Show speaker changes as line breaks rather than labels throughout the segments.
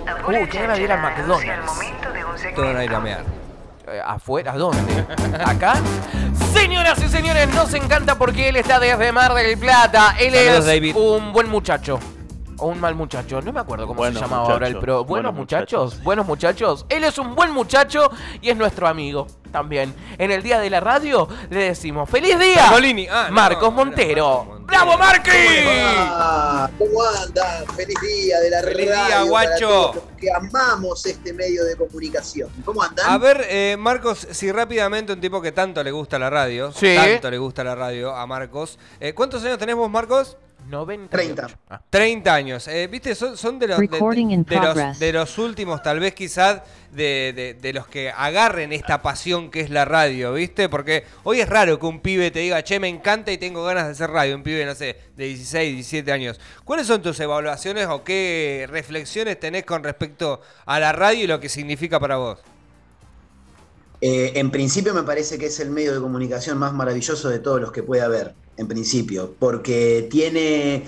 Uh, qué ganas de ir al McDonald's.
Te van a ir a mear.
Eh, ¿Afuera? ¿Dónde? ¿Acá? Señoras y señores, nos encanta porque él está desde Mar del Plata. Él
Saludos,
es
David.
un buen muchacho. O un mal muchacho, no me acuerdo cómo
Buenos
se llamaba ahora el
muchachos.
pro. ¿Buenos
Buenos
muchachos?
muchachos.
Buenos muchachos. Él es un buen muchacho y es nuestro amigo también. En el día de la radio le decimos: ¡Feliz día!
Pergolini. Ah, no,
Marcos,
era
Montero.
Marcos Montero.
¡Bravo, Marqui!
Ah, ¿Cómo andan? Feliz día de la
Feliz
radio
día,
para
guacho.
todos los que amamos este medio de comunicación. ¿Cómo andan?
A ver, eh, Marcos, si rápidamente un tipo que tanto le gusta la radio,
Sí.
tanto le gusta la radio a Marcos. eh, ¿Cuántos años tenés vos, Marcos?
98.
30.
Ah.
30 años. Eh, ¿Viste? Son, son de, los, de,
Recording in
de los,
progress.
de los últimos, tal vez quizás, de, de- de los que agarren esta pasión que es la radio, ¿viste? Porque hoy es raro que un pibe te diga, che, me encanta y tengo ganas de hacer radio. Un pibe, no sé, de 16, 17 años. ¿Cuáles son tus evaluaciones o qué reflexiones tenés con respecto a la radio y lo que significa para vos?
Eh, en principio me parece que es el medio de comunicación más maravilloso de todos los que puede haber, en principio, porque tiene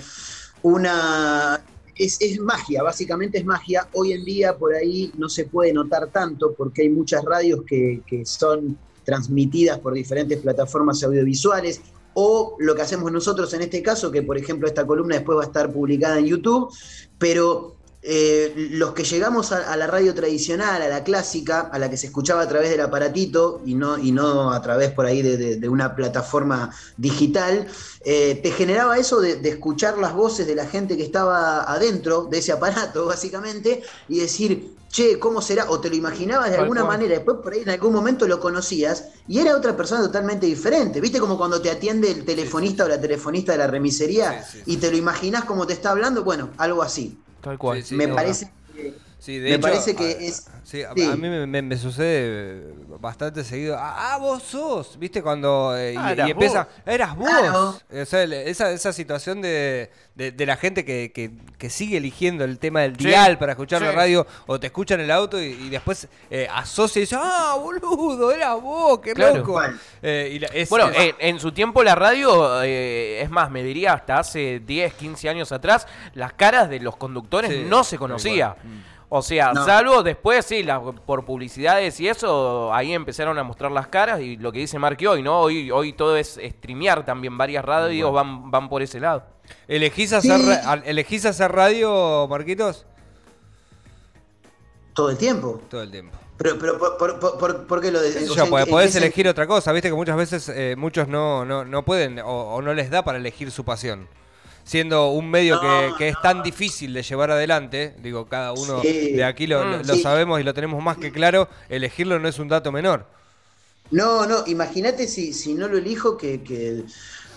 una... Es, es magia, básicamente es magia. Hoy en día por ahí no se puede notar tanto porque hay muchas radios que, que son transmitidas por diferentes plataformas audiovisuales o lo que hacemos nosotros en este caso, que por ejemplo esta columna después va a estar publicada en YouTube, pero eh, los que llegamos a, a la radio tradicional, a la clásica, a la que se escuchaba a través del aparatito y no, y no a través por ahí de, de- de una plataforma digital, eh, te generaba eso de, de escuchar las voces de la gente que estaba adentro de ese aparato, básicamente, y decir, che, ¿cómo será? O te lo imaginabas de
Tal
alguna
cual.
manera, después por ahí en algún momento lo conocías y era otra persona totalmente diferente. ¿Viste como cuando te atiende el telefonista o la telefonista de la remisería
Sí, sí,
y te lo imaginás como te está hablando? Bueno, algo así.
Tal cual.
Sí, sí,
me
no,
parece que
Sí,
Me parece que
a-
es-
sí, a-
sí.
a mí me, me- me sucede eh, bastante seguido. Ah, ah, vos sos, viste, cuando. eh, y,
Ah, eras
y empieza.
vos.
Eras vos.
Claro.
O sea, el- esa, esa situación de, de- de la gente que, que- que sigue eligiendo el tema del dial para escuchar la
sí.
radio o te escucha en el auto y, y después eh, asocia y dice, ah, boludo, eras vos, qué
Claro.
loco.
Bueno.
Eh, y la- es-
Bueno,
es-
en, en su tiempo la radio, eh, es más, me diría hasta hace 10, 15 años atrás, las caras de los conductores
Sí,
no se
tal
conocía. O sea,
No.
salvo después, sí, la- por publicidades y eso, ahí empezaron a mostrar las caras y lo que dice Marque hoy, ¿no? Hoy, hoy todo es streamear también, varias radios van, van por ese lado.
¿Elegís, hacer,
Sí.
ra- al- ¿Elegís hacer radio, Marquitos?
todo el tiempo.
Todo el tiempo.
Pero, pero por, por- por- por- ¿por qué lo de,
Qué sé
o
yo,
sea, en
porque
qué- en
podés
qué sen-
elegir otra cosa, viste que muchas veces eh, muchos no, no, no pueden o, o no les da para elegir su pasión. Siendo un medio que, que es tan difícil de llevar adelante, digo, cada uno
Sí.
de aquí lo, lo-
Mm,
lo
sí.
sabemos y lo tenemos más que claro, elegirlo no es un dato menor.
No, no, imagínate si, si no lo elijo que, que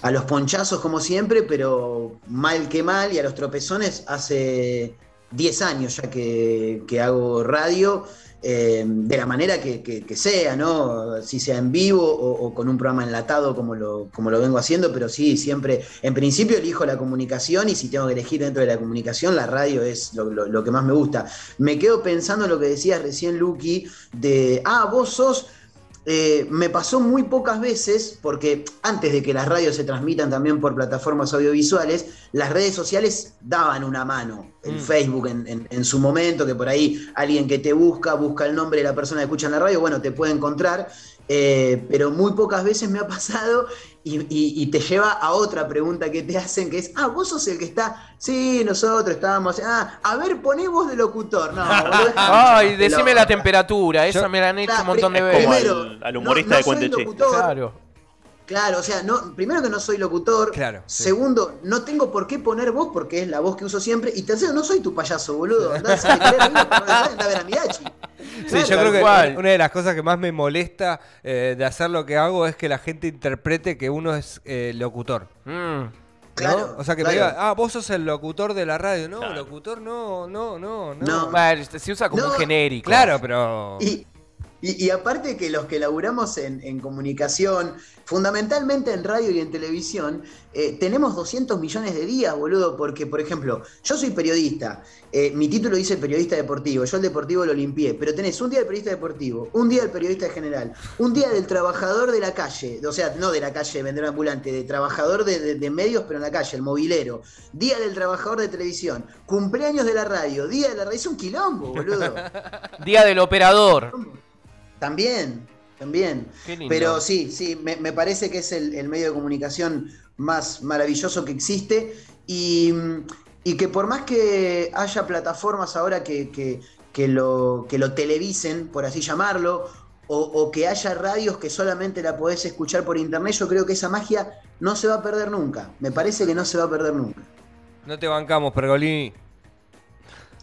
a los ponchazos como siempre, pero mal que mal y a los tropezones hace 10 años ya que, que hago radio, eh, de la manera que, que- que sea, ¿no? Si sea en vivo o, o con un programa enlatado como lo, como lo vengo haciendo, pero sí, siempre, en principio elijo la comunicación y si tengo que elegir dentro de la comunicación, la radio es lo, lo- lo que más me gusta. Me quedo pensando en lo que decías recién, Lucky, de, ah, vos sos... Eh, me pasó muy pocas veces, porque antes de que las radios se transmitan también por plataformas audiovisuales, las redes sociales daban una mano. El Facebook en, en- en su momento, que por ahí alguien que te busca, busca el nombre de la persona que escucha en la radio, bueno, te puede encontrar, eh, pero muy pocas veces me ha pasado y, y- y te lleva a otra pregunta que te hacen, que es, ah, vos sos el que está, sí, nosotros estábamos, ah, a ver, poné vos de locutor. No, boludo, déjame
Ay, decime la
pelota.
temperatura, esa me la han hecho
Claro,
un montón de
pri-
veces.
como
primero,
al- al humorista de Cuente
soy
Chistes.
locutor,
Claro.
Claro, o sea, no, primero que no soy locutor.
Claro, sí.
Segundo, no tengo por qué poner voz porque es la voz que uso siempre. Y tercero, no soy tu payaso, boludo. Andá, si te querés reír, andá a ver a Mirachi.
Sí, yo
tal
creo que
cual.
una de las cosas que más me molesta eh, de hacer lo que hago es que la gente interprete que uno es eh, locutor.
Mm.
Claro.
¿no? O sea, que me
claro.
diga, ah, vos sos el locutor de la radio. No,
Claro.
locutor no, no, no, no.
No.
Bueno, se usa como
No.
un genérico.
Claro, pero...
Y, Y, y aparte que los que laburamos en, en comunicación, fundamentalmente en radio y en televisión, eh, tenemos 200 millones de días, boludo, porque, por ejemplo, yo soy periodista, eh, mi título dice periodista deportivo, yo el deportivo lo limpié, pero tenés un día del periodista deportivo, un día del periodista general, un día del trabajador de la calle, o sea, no de la calle de vender ambulante, de trabajador de, de- de medios, pero en la calle, el movilero, día del trabajador de televisión, cumpleaños de la radio, día de la radio, es un quilombo, boludo.
Día del operador.
También, también.
Qué lindo.
Pero sí, sí, me, me parece que es el, el medio de comunicación más maravilloso que existe y, y que por más que haya plataformas ahora que, que- que lo, que lo televisen, por así llamarlo, o, o que haya radios que solamente la podés escuchar por internet, yo creo que esa magia no se va a perder nunca. Me parece que no se va a perder nunca.
No te bancamos, Pergolini.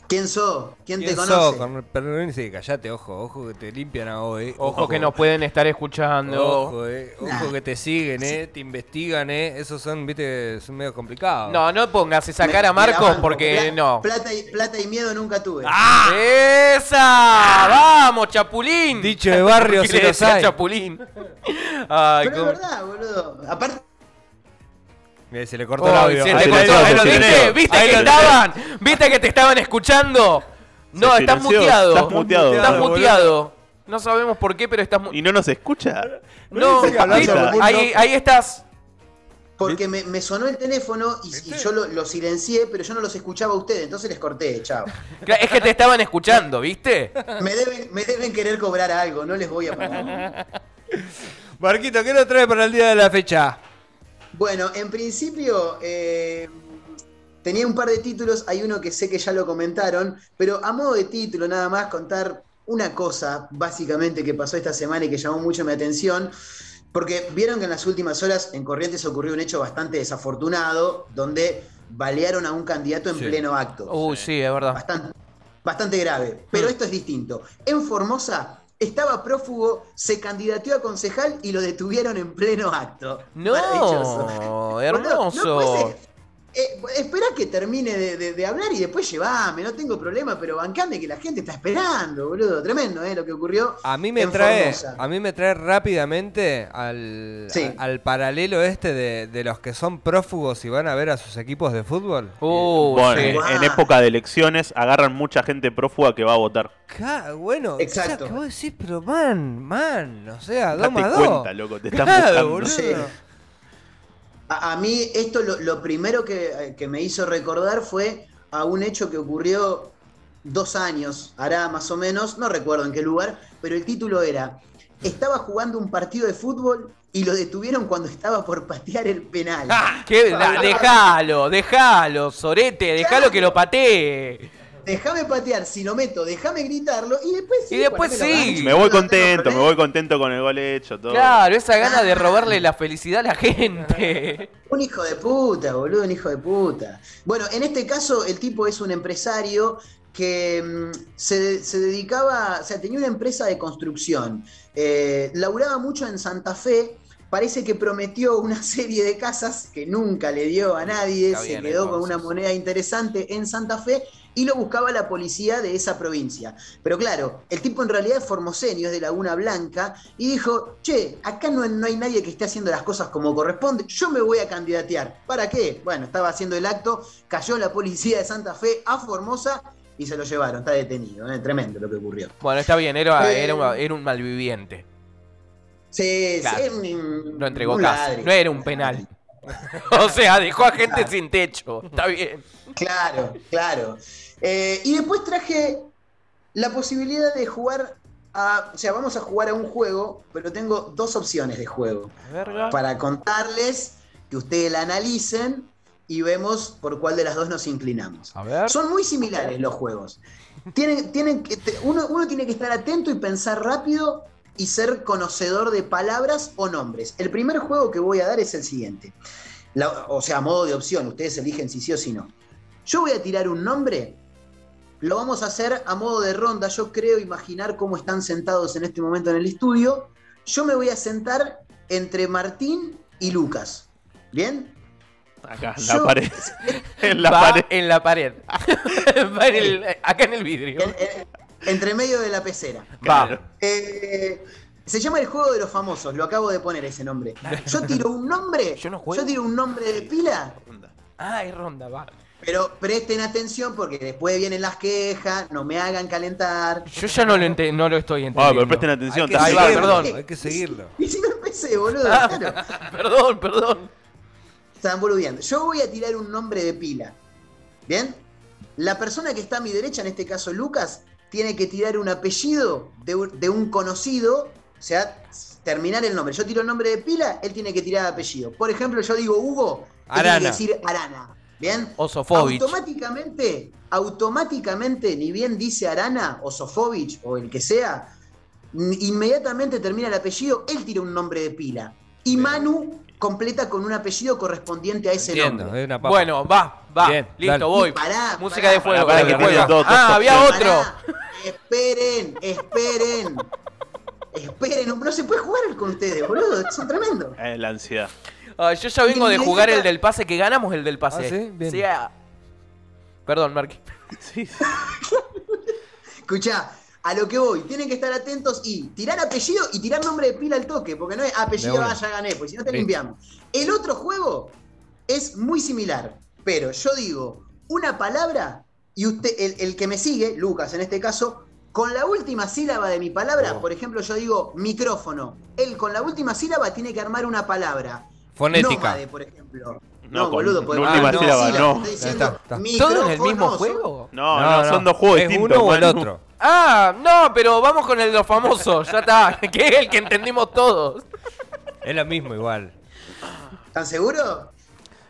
¿Quién sos? ¿Quién, te
¿Quién
conoce?
sos? Con- Pergolini, sí, callate, ojo, ojo que te limpian a vos, eh.
Ojo que nos pueden estar escuchando.
Ojo, eh. Ojo que te siguen, eh. Te investigan, eh. Esos son, viste, son medio complicados.
No, no pongas esa cara,
Me- me la
Marcos,
banco.
porque
Pla-
no. Ah,
Plata y, plata y miedo nunca tuve.
¡Ah!
¡Esa! ¡Vamos, Chapulín!
Dicho de barrio,
¿Qué
se
le
los
decía
hay.
Chapulín. Ay,
Pero
cómo-
es verdad, boludo. Aparte,
Mirá, Eh, se le cortó el
Oh,
audio.
se
Ahí
le
lo-
cortó,
silenció,
ahí lo
se
viste,
silenció.
viste
Ahí
que
lo-
estaban, viste que te estaban escuchando. No,
Se
estás
silenció.
muteado.
Estás muteado.
Estás
boludo.
muteado. No sabemos por qué, pero estás mu-
Y no nos escucha.
No,
nos escucha.
¿viste? ahí, ahí estás.
Porque me, me sonó el teléfono y, y yo lo, lo silencié, pero yo no los escuchaba a ustedes, entonces les corté, chao.
Cla- Es que te estaban escuchando, ¿viste?
Me deben, me deben querer cobrar algo, no les voy a pagar.
Marquito, ¿qué nos trae para el día de la fecha?
Bueno, en principio eh, tenía un par de títulos, hay uno que sé que ya lo comentaron, pero a modo de título nada más contar una cosa básicamente que pasó esta semana y que llamó mucho mi atención, porque vieron que en las últimas horas en Corrientes ocurrió un hecho bastante desafortunado, donde balearon a un candidato en
Sí.
pleno acto.
Uy, sí, es verdad.
bastante, bastante grave. Pero esto es distinto. En Formosa estaba prófugo, se candidateó a concejal y lo detuvieron en pleno acto.
No,
Boludo, no
hermoso.
puede ser. Eh, esperá que termine de, de- de hablar y después llevame, no tengo problema, pero bancame que la gente está esperando, boludo. Tremendo, ¿eh? Lo que ocurrió.
A mí me
en
trae,
Formosa.
a mí me trae rápidamente al,
Sí.
a- al paralelo este de, de los que son prófugos y van a ver a sus equipos de fútbol.
Uy,
bueno,
Uh, sí.
en- en época de elecciones agarran mucha gente prófuga que va a votar.
Ca- bueno,
Exacto.
o sea, que vos decís, pero man, man, o sea,
Date
dos más dos.
cuenta, loco, te están
Claro,
buscando.
boludo.
Sí. A, a mí esto lo, lo primero que, que me hizo recordar fue a un hecho que ocurrió dos años, hará más o menos, no recuerdo en qué lugar, pero el título era, estaba jugando un partido de fútbol y lo detuvieron cuando estaba por patear el penal.
Ah, qué- da- dejalo, dejalo, Sorete, dejalo que lo patee.
Déjame patear, si lo meto, déjame gritarlo y después
Y después
cuando
sí.
lo gane.
Me voy
No tengo
contento, me
problema.
voy contento con el gol hecho, todo.
Claro, esa gana de robarle la felicidad a la gente.
Un hijo de puta, boludo, un hijo de puta. Bueno, en este caso el tipo es un empresario que mm, se, se dedicaba, o sea, tenía una empresa de construcción. Eh, laburaba mucho en Santa Fe, parece que prometió una serie de casas que nunca le dio a nadie,
Está
se
bien,
quedó con
entonces.
una moneda interesante en Santa Fe y lo buscaba la policía de esa provincia. Pero claro, el tipo en realidad es formoseño, es de Laguna Blanca, y dijo, che, acá no, no hay nadie que esté haciendo las cosas como corresponde, yo me voy a candidatear. ¿Para qué? Bueno, estaba haciendo el acto, cayó la policía de Santa Fe a Formosa y se lo llevaron, está detenido, ¿eh? tremendo lo que ocurrió.
Bueno, está bien, era,
Eh.
era, un- era un malviviente.
Se,
Claro.
se- mm,
No entregó
un
casa.
ladri.
No era un penal. O sea, dejó a gente sin techo. Está bien.
Claro, claro. Eh, y después traje la posibilidad de jugar a. O sea, vamos a jugar a un juego, pero tengo dos opciones de juego. Para contarles, que ustedes la analicen y vemos por cuál de las dos nos inclinamos.
A ver.
Son muy similares los juegos. Tienen, tienen que, te- uno, uno tiene que estar atento y pensar rápido y ser conocedor de palabras o nombres. El primer juego que voy a dar es el siguiente. La- o sea, modo de opción, ustedes eligen si sí o si no. Yo voy a tirar un nombre, lo vamos a hacer a modo de ronda, yo creo imaginar cómo están sentados en este momento en el estudio. Yo me voy a sentar entre Martín y Lucas. ¿Bien?
Acá, en
Yo-
la pared. en la
Va
pared.
en la pared. Va en el- acá en el vidrio.
En- en- entre medio de la pecera.
Va.
Eh, se llama el juego de los famosos, lo acabo de poner ese nombre. Yo tiro un nombre,
Yo
yo,
no juego.
tiro un nombre de pila,
Ah, es ronda, va.
pero presten atención porque después vienen las quejas, no me hagan calentar.
Yo ya no lo, ente- no lo estoy
Ah,
entendiendo.
pero presten atención.
Hay que
está-
Ahí va,
seguirlo,
perdón.
Hay que seguirlo.
Y si no empecé, boludo,
Ah,
claro.
perdón, perdón.
Estaban boludeando. Yo voy a tirar un nombre de pila. ¿Bien? La persona que está a mi derecha, en este caso Lucas, tiene que tirar un apellido de un, de un conocido, o sea, terminar el nombre. Yo tiro el nombre de pila, él tiene que tirar apellido. Por ejemplo, yo digo Hugo, él tiene
Arana.
que decir Arana. ¿Bien?
Osofovich.
Automáticamente, automáticamente, ni bien dice Arana o Sofovich o el que sea, n- inmediatamente termina el apellido, él tira un nombre de pila. Y Manu completa con un apellido correspondiente a ese
Entiendo,
nombre.
es una papa.
Bueno, va, va.
Bien,
Listo,
dale.
voy.
Pará,
Música
pará,
de fuego.
pará,
para que
pará,
juega.
dos, dos,
ah, había otro.
Pará, esperen, esperen. Esperen, no, no se puede jugar con ustedes, boludo, son tremendos.
Eh, la ansiedad.
Ah, yo ya vengo de jugar el del pase que ganamos el del pase.
Ah, ¿sí? Bien.
ah. Perdón, Marqui.
Sí, sí.
Escuchá, a lo que voy, tienen que estar atentos y tirar apellido y tirar nombre de pila al toque, porque no es apellido
De una.
ah, ya gané, porque si no te
Listo.
limpiamos. El otro juego es muy similar, pero yo digo una palabra y usted, el, el que me sigue, Lucas en este caso, con la última sílaba de mi
Oh.
palabra, por ejemplo, yo digo micrófono. Él con la última sílaba tiene que armar una palabra.
Fonética.
Nómade, por ejemplo.
No,
No,
con
boludo,
la
porque-
última
Ah, no,
sílaba,
sílaba,
no.
estoy
Está,
diciendo
está.
¿Todo en el mismo
micrófonos.
juego?
No, no, son dos juegos
es
distintos.
uno o el
Manu.
otro.
Ah, no, pero vamos con el de los famosos. Ya está. Que es el que entendimos todos.
Es lo mismo igual.
¿Están seguros?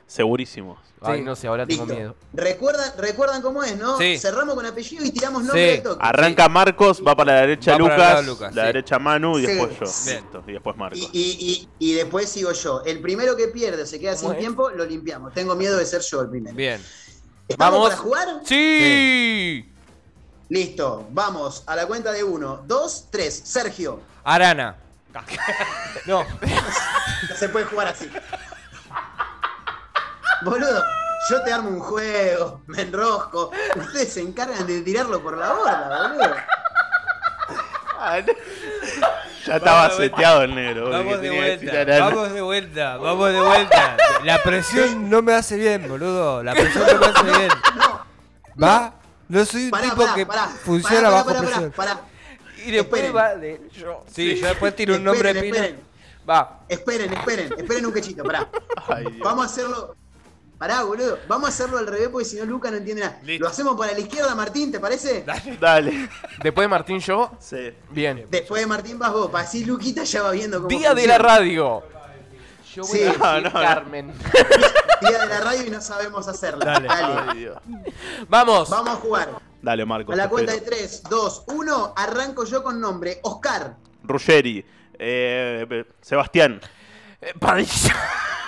Segurísimo.
Ay,
Sí.
no sé, ahora
Listo.
tengo miedo.
Recuerdan, recuerdan cómo es, ¿no?
Sí.
Cerramos con apellido y tiramos
Sí.
nombre de toque.
Arranca Marcos, va para la derecha
Va para
Lucas,
el lado
la,
de Lucas, sí.
derecha Manu y
Sí.
después yo.
Bien.
Listo, y después Marcos.
Y, y- y- y después sigo yo. El primero que pierde se queda sin
Bueno.
tiempo, lo limpiamos. Tengo miedo de ser yo el primero.
Bien.
¿Estamos
Vamos.
para jugar?
Sí.
Listo, vamos. A la cuenta de uno, dos, tres. Sergio.
Arana. No,
No se puede jugar así. Boludo, yo te armo un juego, me enrosco. Ustedes se encargan de tirarlo por la borda, boludo.
Ya estaba
Vamos de
seteado el negro.
vamos de
porque tenía que decir
vuelta.
Arana.
Vamos de vuelta. Vamos de vuelta. La presión no me hace bien, boludo. La presión no me hace bien.
No,
¿Va? No soy un
pará,
tipo
pará,
que
pará.
funciona
Pará,
bajo
pará, pará,
presión.
pará.
Y después
Esperen.
va de yo.
Sí, yo después tiro un nombre de
Esperen,
pila.
esperen.
Va.
Esperen, esperen, esperen un cachito, pará.
Ay, Dios.
Vamos a hacerlo. Pará, boludo. Vamos a hacerlo al revés porque si no, Luca no entiende nada.
Listo.
Lo hacemos para la izquierda, Martín, ¿te parece?
Dale.
Después de Martín, yo.
Sí.
Bien.
Después de Martín vas vos. Así Luquita ya va viendo cómo.
Día de
funciona.
la radio. Yo voy
Sí.
a decir
No, no, no.
Carmen.
Día de la radio y no sabemos hacerla.
Dale.
Dale.
Ay, Dios.
Vamos.
Vamos a jugar.
Dale, Marcos.
A la
te
cuenta de
espero.
3, 2, 1. Arranco yo con nombre. Oscar.
Ruggeri. eh, eh, Sebastián.
Eh, Padilla.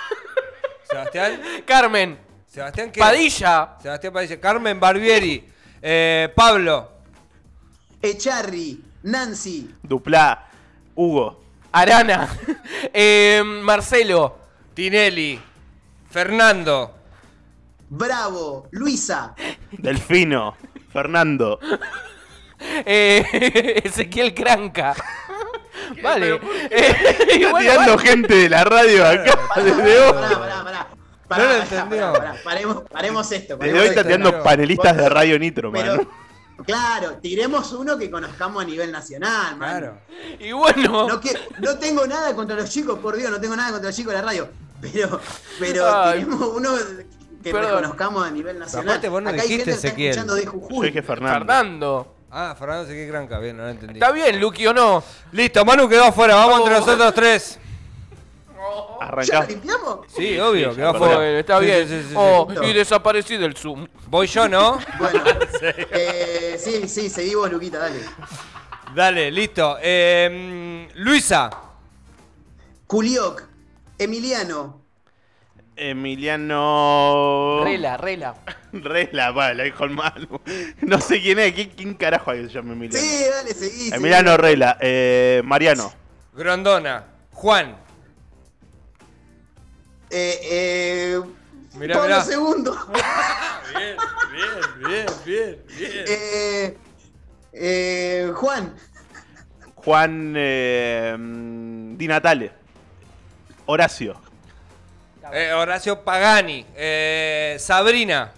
Sebastián.
Carmen.
Sebastián ¿qué?
Padilla.
Sebastián Padilla. Carmen Barbieri. Eh, Pablo.
Echarri. Nancy.
Duplá. Hugo.
Arana. Eh, Marcelo.
Tinelli. Fernando.
Bravo. Luisa.
Delfino. Fernando.
Eh, Ezequiel Cranca. Vale. Eh, y bueno,
Tirando
vale.
gente de la radio acá. Desde hoy.
Pará, pará, pará. Pará,
No lo
pará,
entendió.
pará, pará. Paremos, paremos
Desde
esto. paremos
hoy
esto.
está tirando
claro.
panelistas de Radio Nitro, mano.
Pero, claro, tiremos uno que conozcamos a nivel nacional, man.
Claro.
Y bueno.
No, que- no tengo nada contra los chicos, por Dios, no tengo nada contra los chicos de la radio. Pero, pero
Ay.
tiremos uno que
Perdón.
reconozcamos a nivel nacional.
Aparte vos no
Acá
dijiste,
hay gente que
Ezequiel.
está escuchando de
Yo
Jujuy.
dije Fernando.
Fernando.
Ah, Fernando se qué granca. Bien, no lo entendí.
Está bien, Luqui o no.
Listo, Manu quedó afuera. Vamos entre
Vamos.
nosotros tres.
¿Ya
Arrancá.
lo limpiamos?
Sí, obvio,
Sí,
quedó
ya,
afuera.
Bueno, está
Sí,
bien.
sí, sí, sí,
Oh,
sí.
y desaparecido el Zoom.
Voy yo, ¿no?
Bueno, eh, sí, sí, seguí vos, Luquita, dale.
Dale, listo. Eh, Luisa.
Culioc, Emiliano,
Emiliano.
Rela, rela.
Rela, vale, ahí con Manu. No sé quién es, ¿quién, quién carajo hay que se llama Emiliano?
sí, dale, seguí.
Emiliano Rela, eh, Mariano,
Grondona. Juan.
seguí. Eh, eh,
Mirá,
Pablo
mirá.
segundo.
Bien, bien, bien, bien.
Eh, Eh, Juan,
Juan eh, mm, Di Natale. Horacio.
Eh, Horacio Pagani. Eh, Sabrina.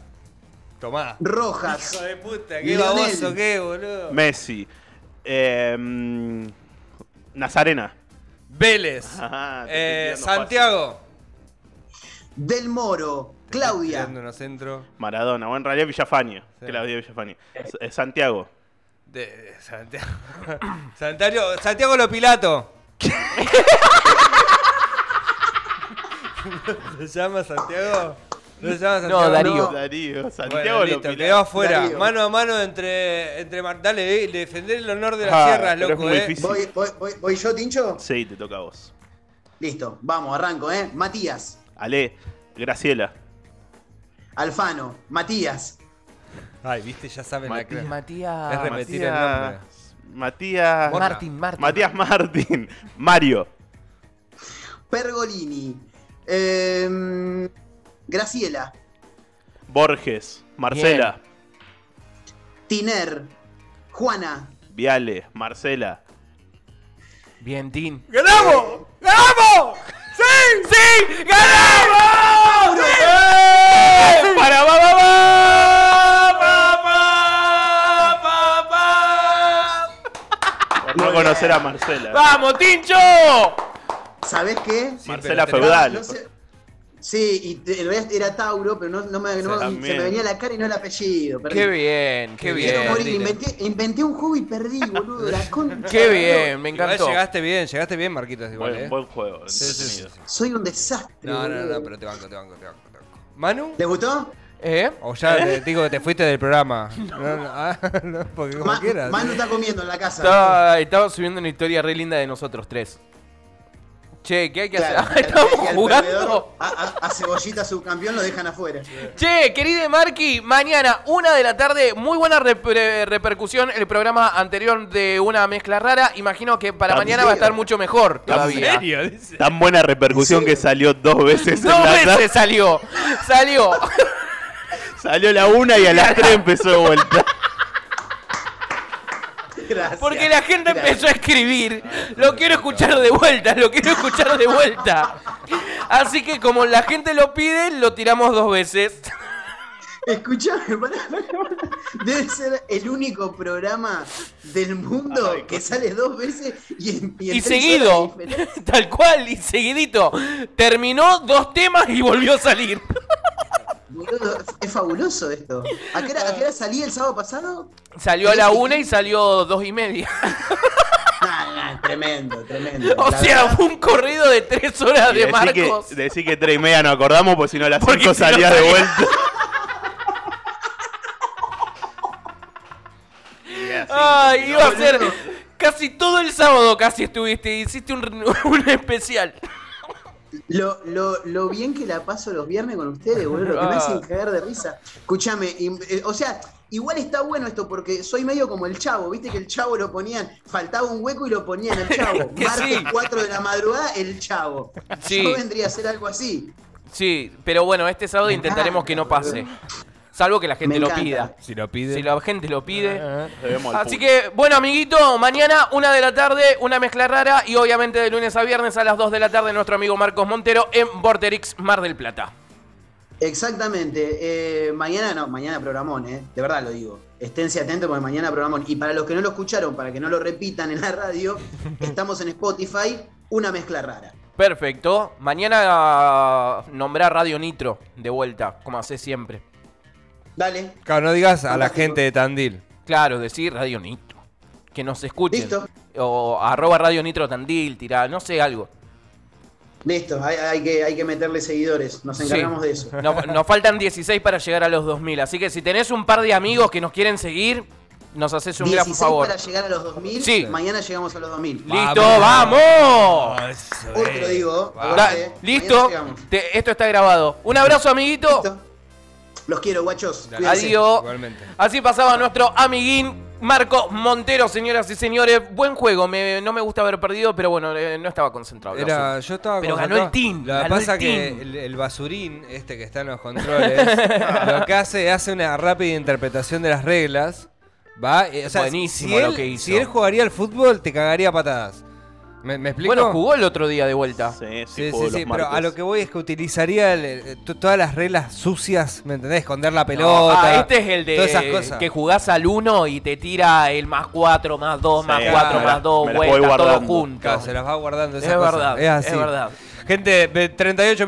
Tomá.
Rojas.
Hijo de puta, qué
Lionel.
baboso, qué boludo.
Messi. Eh, mm, Nazarena.
Vélez.
Ajá, te
Eh,
estoy tirando
Santiago.
Del Moro. Claudia.
Tirando unos centros.
Maradona. O en realidad Villafañe.
Sí.
Claudio Villafañe. S- eh, Santiago.
De, de Santiago. Santiago. Santiago Lopilato. ¿Se llama Santiago? ¿No se llama Santiago?
Darío. No.
Darío. Santiago
Bueno,
lo
listo,
pilaba.
quedó afuera.
Darío.
Mano a mano entre, entre Mar- Dale, eh, defender el honor de las
Ah,
sierras,
pero es
loco,
muy
eh.
difícil.
Voy, voy- voy- voy yo, Tincho.
Sí, te toca a vos.
Listo, vamos, arranco, ¿eh? Matías.
Ale. Graciela.
Alfano. Matías.
Ay, viste, ya saben la
Matías.
clave.
Matías.
Es repetir. Tira el nombre.
Matías.
Borja.
Martín, Martín.
Matías Martín. Mario.
Pergolini. Em, Graciela.
Borges. Marcela.
Tiner. Juana.
Viale. Marcela.
Bien, Tin.
¡Ganamos! ¡Ganamos! ¡Sí! ¡Sí! ¡Ganamos!
¡Eh!
¡Para, va, va, va! Por no conocer a Marcela.
¡Vamos, Tincho!
¿Sabés qué?
Marcela
pero
Feudal.
No sé- Sí, y te- en realidad era Tauro, pero no, no me, no-
También.
se me venía la cara y no el apellido. perdí.
¡Qué bien, qué
Quiero
Me quiero
bien!
morir,
Tiner.
Inventé, inventé un juego y perdí, boludo. La concha.
¡Qué bien! Me encantó.
Igual llegaste bien, llegaste bien, Marquitos, igual,
Buen,
eh.
buen juego.
Sí, sí, sí,
entretenido.
sí.
Soy un desastre.
No, no,
boludo.
no, pero te banco, te banco, te banco. te banco. ¿Manu?
¿Te gustó?
¿Eh?
O ya te digo que te fuiste del programa. No, no, ah, no, porque como
Ma-
quieras.
Manu está comiendo en la casa.
Estaba, estaba subiendo una historia re linda de nosotros tres. Che, ¿qué hay que
Claro,
hacer?
el- el
Estamos
perdedor
jugando.
A, a- a Cebollita subcampeón lo dejan afuera.
Che, querido Marqui, mañana, una de la tarde, muy buena repre- repercusión. El programa anterior de una mezcla rara. Imagino que para
¿En
mañana va a
serio?
estar mucho mejor todavía.
Dice.
Tan buena repercusión que salió dos veces. en
Dos
la tarde.
veces salió. Salió.
Salió la una y a las tres empezó de vuelta.
Gracias.
Porque la gente
Gracias.
empezó a escribir. Lo quiero escuchar de vuelta, lo quiero escuchar de vuelta. Así que como la gente lo pide, lo tiramos dos veces.
Escuchame, pará, pará, pará. debe ser el único programa del mundo
Ay,
que
con-
sale dos veces y, en- y en
Y
tres
seguido.
horas de diferencia.
Tal cual, y seguidito. Terminó dos temas y volvió a salir.
Boludo, es fabuloso esto. ¿A qué, hora, a qué hora salí el sábado pasado?
Salió a la una y salió dos y media.
Nah, nah, tremendo, tremendo.
O
La
sea,
verdad,
fue un corrido de tres horas
Y
de
decí que,
Marcos.
decí que tres y media no acordamos, porque si no a las
Porque
cinco
si no
salía de
salía.
vuelta. Y así.
Ay, iba a ser.
boludo.
Casi todo el sábado casi estuviste. Hiciste un, un especial.
lo, lo- lo bien que la paso los viernes con ustedes, boludo, lo que me
Ah.
hacen cagar de risa. Escuchame, y- eh, o sea, igual está bueno esto porque soy medio como el chavo, viste que el chavo lo ponían, faltaba un hueco y lo ponían el chavo.
Que
Martes
sí.
4 de la madrugada, el chavo.
Sí.
Yo vendría a hacer algo así.
Sí, pero bueno, este sábado
Me
intentaremos
encanta,
que no pase. Salvo que la gente
Me
lo
encanta. Ah,
pida.
Si lo pide.
Si la gente lo pide.
Te vemos al
Así
público.
que, bueno, amiguito, mañana, una de la tarde, una mezcla rara. Y obviamente de lunes a viernes a las 2 de la tarde, nuestro amigo Marcos Montero en Vorterix Mar del Plata.
Exactamente. Eh, mañana no, mañana programón, ¿eh? De verdad lo digo. Esténse atentos porque mañana programón. Y para los que no lo escucharon, para que no lo repitan en la radio, estamos en Spotify, una mezcla rara.
Perfecto. Mañana nombrá Radio Nitro de vuelta, como hace siempre.
Dale,
Claro, no digas a la
Fantástico.
gente de Tandil.
Claro, decir Radio Nitro. Que nos escuchen.
Listo.
O arroba Radio Nitro Tandil, tirá, no sé, algo.
listo, hay, hay que, hay que meterle seguidores, nos encargamos
Sí.
de eso.
No- nos faltan 16 para llegar a los 2000. Así que si tenés un par de amigos que nos quieren seguir, nos haces un gran
16
favor.
para llegar a los 2000,
Sí.
mañana llegamos a los 2000.
¡Listo!
Vamos.
¡Vamos!
Hoy te lo digo,
Va.
Da-
aguante, mañana
listo.
llegamos.
Te- esto está grabado. Un abrazo, amiguito.
Listo. Los quiero, guachos.
Dale.
Cuídense.
Adiós.
Igualmente.
Así pasaba nuestro amiguín Marco Montero, señoras y señores. Buen juego. Me- no me gusta haber perdido, pero bueno, eh, no estaba concentrado. lo
Era,
asumo.
yo estaba
Pero
con-
ganó el team,
Lo que
ganó el
pasa que
team.
el, el basurín, este que está en los controles, lo que hace hace una rápida interpretación de las reglas. Va, eh, o sea,
Buenísimo
si él,
lo que hizo.
Si él jugaría al fútbol, te cagaría a patadas. ¿Me, me explico?
Bueno, jugó el otro día de vuelta.
Sí, sí,
Sí,
jugó
sí, sí,
los
pero a
martes.
lo que voy es que utilizaría el- el- to- todas las reglas sucias, ¿me entendés? Esconder la
No,
pelota.
ah, este es el de
Todas esas cosas.
que jugás al 1 y te tira el más 4, más 2, más
Sí,
4,
me
más
las-
2,
me las voy
vuelta, todo
guardando.
junto.
Claro, se las va guardando
Es
esas cosas.
verdad, es
así.
verdad.
Gente, ve- 38